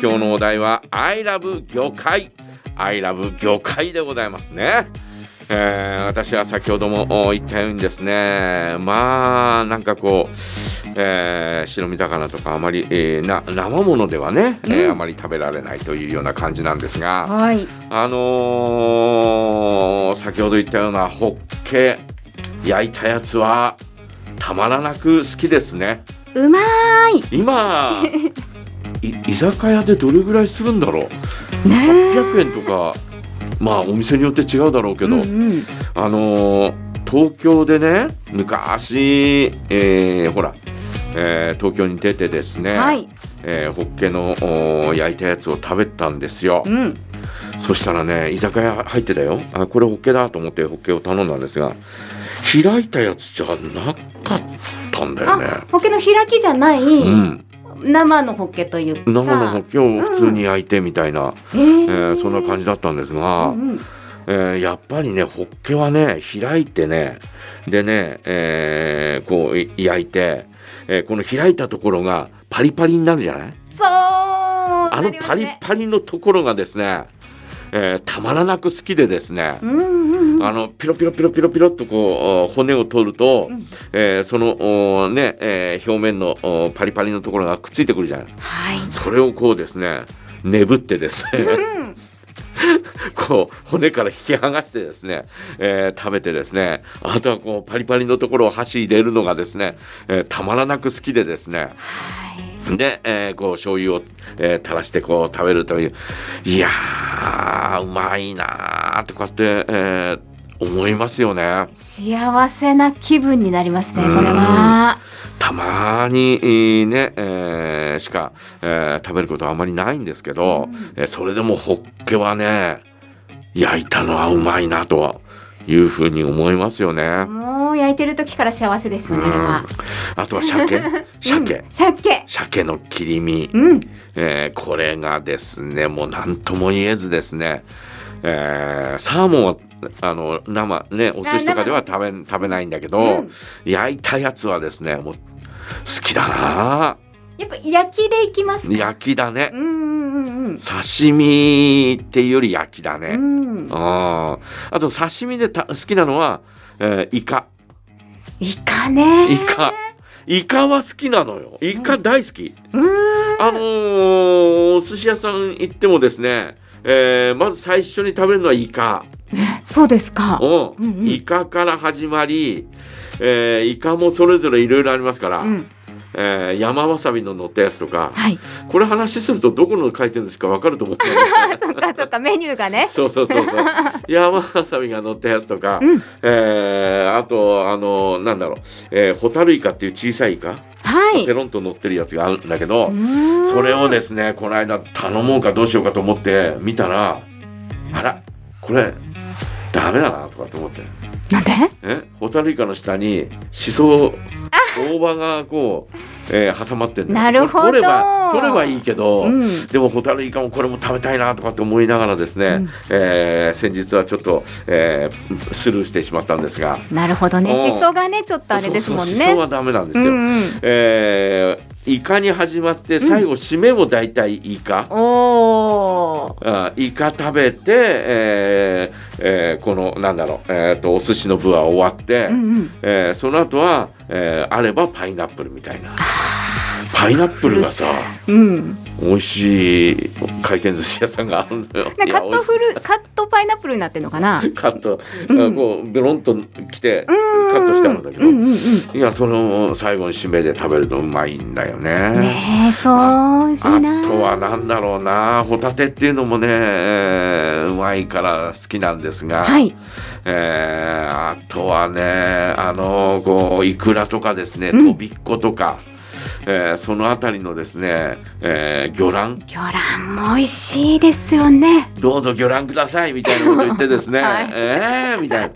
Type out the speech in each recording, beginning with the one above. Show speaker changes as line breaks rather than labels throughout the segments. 今日のお題は I love 魚介 I love 魚介でございますね、えー私は先ほどもお言ったようにですねまあなんかこう、えー白身魚とかあまり、えーな生ものではね、えーあまり食べられないというような感じなんですが、
はい。
あのー先ほど言ったようなホッケ焼いたやつはたまらなく好きですね
うまーい。
今い居酒屋でどれぐらいするんだろう
ね
100円とかまあお店によって違うだろうけ
え。
ど、
うんうん
あのー東京でね昔、えーほら、えー東京に出てですね、
はい。
えーホッケのおー焼いたやつを食べたんですよ。
うん。
そしたらね居酒屋入ってたよあこれホッケだと思ってホッケを頼んだんですが開いたやつじゃなかったんだよね。
あ、ホッケの開きじゃない
うん、
生のホッケというか。
生のホッケを普通に焼いてみたいな、
えー
えーそんな感じだったんですが、
うんうん
えーやっぱりねホッケはね開いてねでね、えーこうい焼いて、えーこの開いたところがパリパリになるじゃない
そう。あ
あのパリパリのところがですね、えーたまらなく好きでですね、
うんうんうん。
あのピロピロピロピロピロっとこうお骨を取ると、
うん
えーそのおね、えー表面のおパリパリのところがくっついてくるじゃない
はい。
それをこうですねねぶってですね
うん。
こう骨から引き剥がしてですね、えー食べてですねあとはこうパリパリのところを箸入れるのがですね、えーたまらなく好きでですね
はい。
で、えーこう醤油を、えー垂らしてこう食べるといういやーうまいなーとかって、えー思いますよね。
幸せな気分になりますね、こ
うん
れは。
たまにえーね、えーしか、えー食べることはあまりないんですけど、えーそれでもホッケはね焼いたのはうまいなというふうに思いますよね。
もう焼いてる時から幸せですよね、あれは。
あとは鮭 鮭、
うん鮭。
鮭の切り身、
うん。
えーこれがですねもう何とも言えずですね、えーサーモンはあの生ねお寿司とかでは食べ食べないんだけど、
うん
焼いたやつはですねもう好きだな
やっぱ焼きでいきますか。
焼きだね。
うんうんうんうん。
刺身っていうより焼きだね。
うん
う、ん、あと刺身でた好きなのは、えーイカ
イカね
イカイカは好きなのよイカ大好き、
うん
あのーお寿司屋さん行ってもですね、えーまず最初に食べるのはイカ
そうですか
を、
うんうん
イカから始まり、えーイカもそれぞれいろいろありますから、
うん
えー山わさびの乗ったやつとか
はい
これ話するとどこの回転寿司か分かると思ったんですけど
あそっかそっかメニューがね
そうそう そうそう。山わさびが乗ったやつとか、
うん
えーあとあのなんだろう、えーホタルイカっていう小さいイカ、
はい
ペロンと乗ってるやつがあるんだけど、
うん
それをですねこの間頼もうかどうしようかと思って見たら、あらこれダメだなとかと思って、
なんで
えホタルイカの下にシソ大葉がこう。えー挟まってんだよ
なるほど
これ取れば取ればいいけど、
うん
でもホタルイカもこれも食べたいなとかって思いながらですね、
うん
えー先日はちょっと、えースルーしてしまったんですが
なるほどね
うん
しそがねちょっとあれですもんね
そうそうシソはダメなんです
う
よ、
んうん
えーイカに始まって最後締めも大体イカ、
おー
あイカ食べて、えーえーこのなんだろう、えー、とお寿司の部は終わって、
うんうん
えーその後は、えーあればパイナップルみたいなパイナップルがさ
うん
美味しい回転寿司屋さんがあるんだよ
なん
いや
かカットフルカットパイナップルになってるのかな
カット、
うん
こうベロンと来てカ
カ
ットしてあるんだけど、
うんうんうん
いやその最後に締めで食べるとうまいんだよね。
ねえそう美味しい
あ
な
とはなんだろうなホタテっていうのもね、えーうまいから好きなんですが、
はい
えーあとはねあのこうイクラとかですね
うん
とびっことか、えーそのあたりのですね、えー魚卵
魚卵も美味しいですよね
どうぞ魚卵くださいみたいなこと言って ですね、
はい
えーみたいな、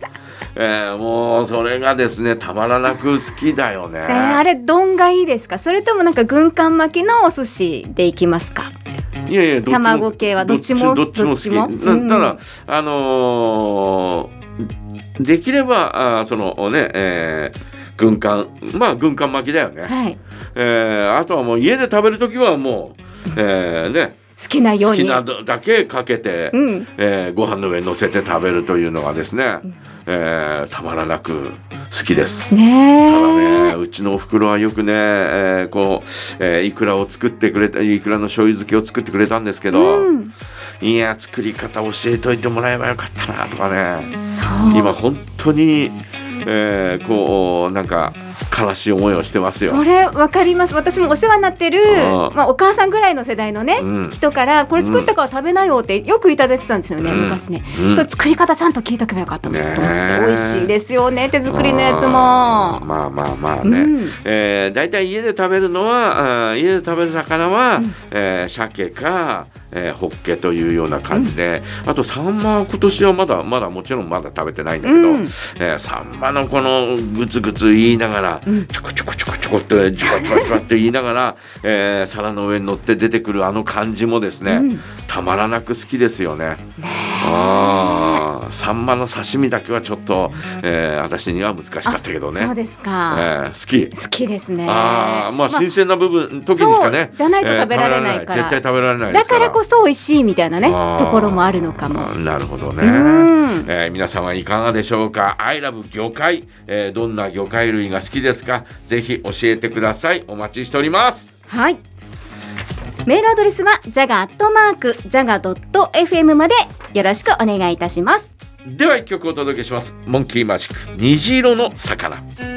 えーもうそれがですねたまらなく好きだよね。
えーあれ丼がいいですかそれともなんか軍艦巻きのお寿司でいきますか
いやいやどっちも
卵系はどっちも
どっちも好き
どっちもうん
なただあのーできればあーそのね、えー軍艦まあ軍艦巻きだよね、
はい
えーあとはもう家で食べる時はもう、えーね
好きなよう
好き
に。
なだけかけて、
うん。
えーご飯の上に乗せて食べるというのがですね、えーたまらなく好きです。
ねえ。
ただね、うちのお袋はよくね、えーこう、えーイクラを作ってくれた、イクラの醤油漬けを作ってくれたんですけど、
うん。
いや、作り方教えといてもらえばよかったなとかね、
そう。
今本当に、えーこう、なんか、悲しい思いをしてます
そ
よ。
れわかります私もお世話になってる
ああ
まあ、お母さんぐらいの世代のね、
うん
人からこれ作ったから食べなよってよくいただいてたんですよね、
うん
昔ね、
うん
そう作り方ちゃんと聞いとけばよかったなと思って、
ねえ
美味しいですよね手作りのや
あ
つ
ー
も。
まあまあまあね、
うん
えー、大体家で食べるのはあー家で食べる魚は、えー鮭か、えーホッケというような感じで、あとサンマは今年はまだまだもちろんまだ食べてないんだけど、
うん
えーサンマのこのグツグツ言いながら、ちょこちょこちょこちょこってちょこちょこちょこって言いながら、えー皿の上に乗って出てくるあの感じもですね、
うん
たまらなく好きですよね。あーサンマの刺身だけはちょっと、えー私には難しかったけどね。
そうですか、
えー好き。
好きですね
ああ、まあ
まあ
新鮮な部分、時にしかね
そ。うじゃないと食べられない
えー
から
絶対食べられないで
だ
すか。
かららこそ美味しいみたいなね
あー
ところもあるのかも
あ。ーなるほどね
うん。
えー皆様いかがでしょうか。アイラブ魚介、えーどんな魚介類が好きですか。ぜひ教えてください。お待ちしております。
はい。メールアドレスはジャガアットマークジャガドット FM までよろしくお願いいたします。
では一曲お届けします。モンキーマジック、虹色の魚。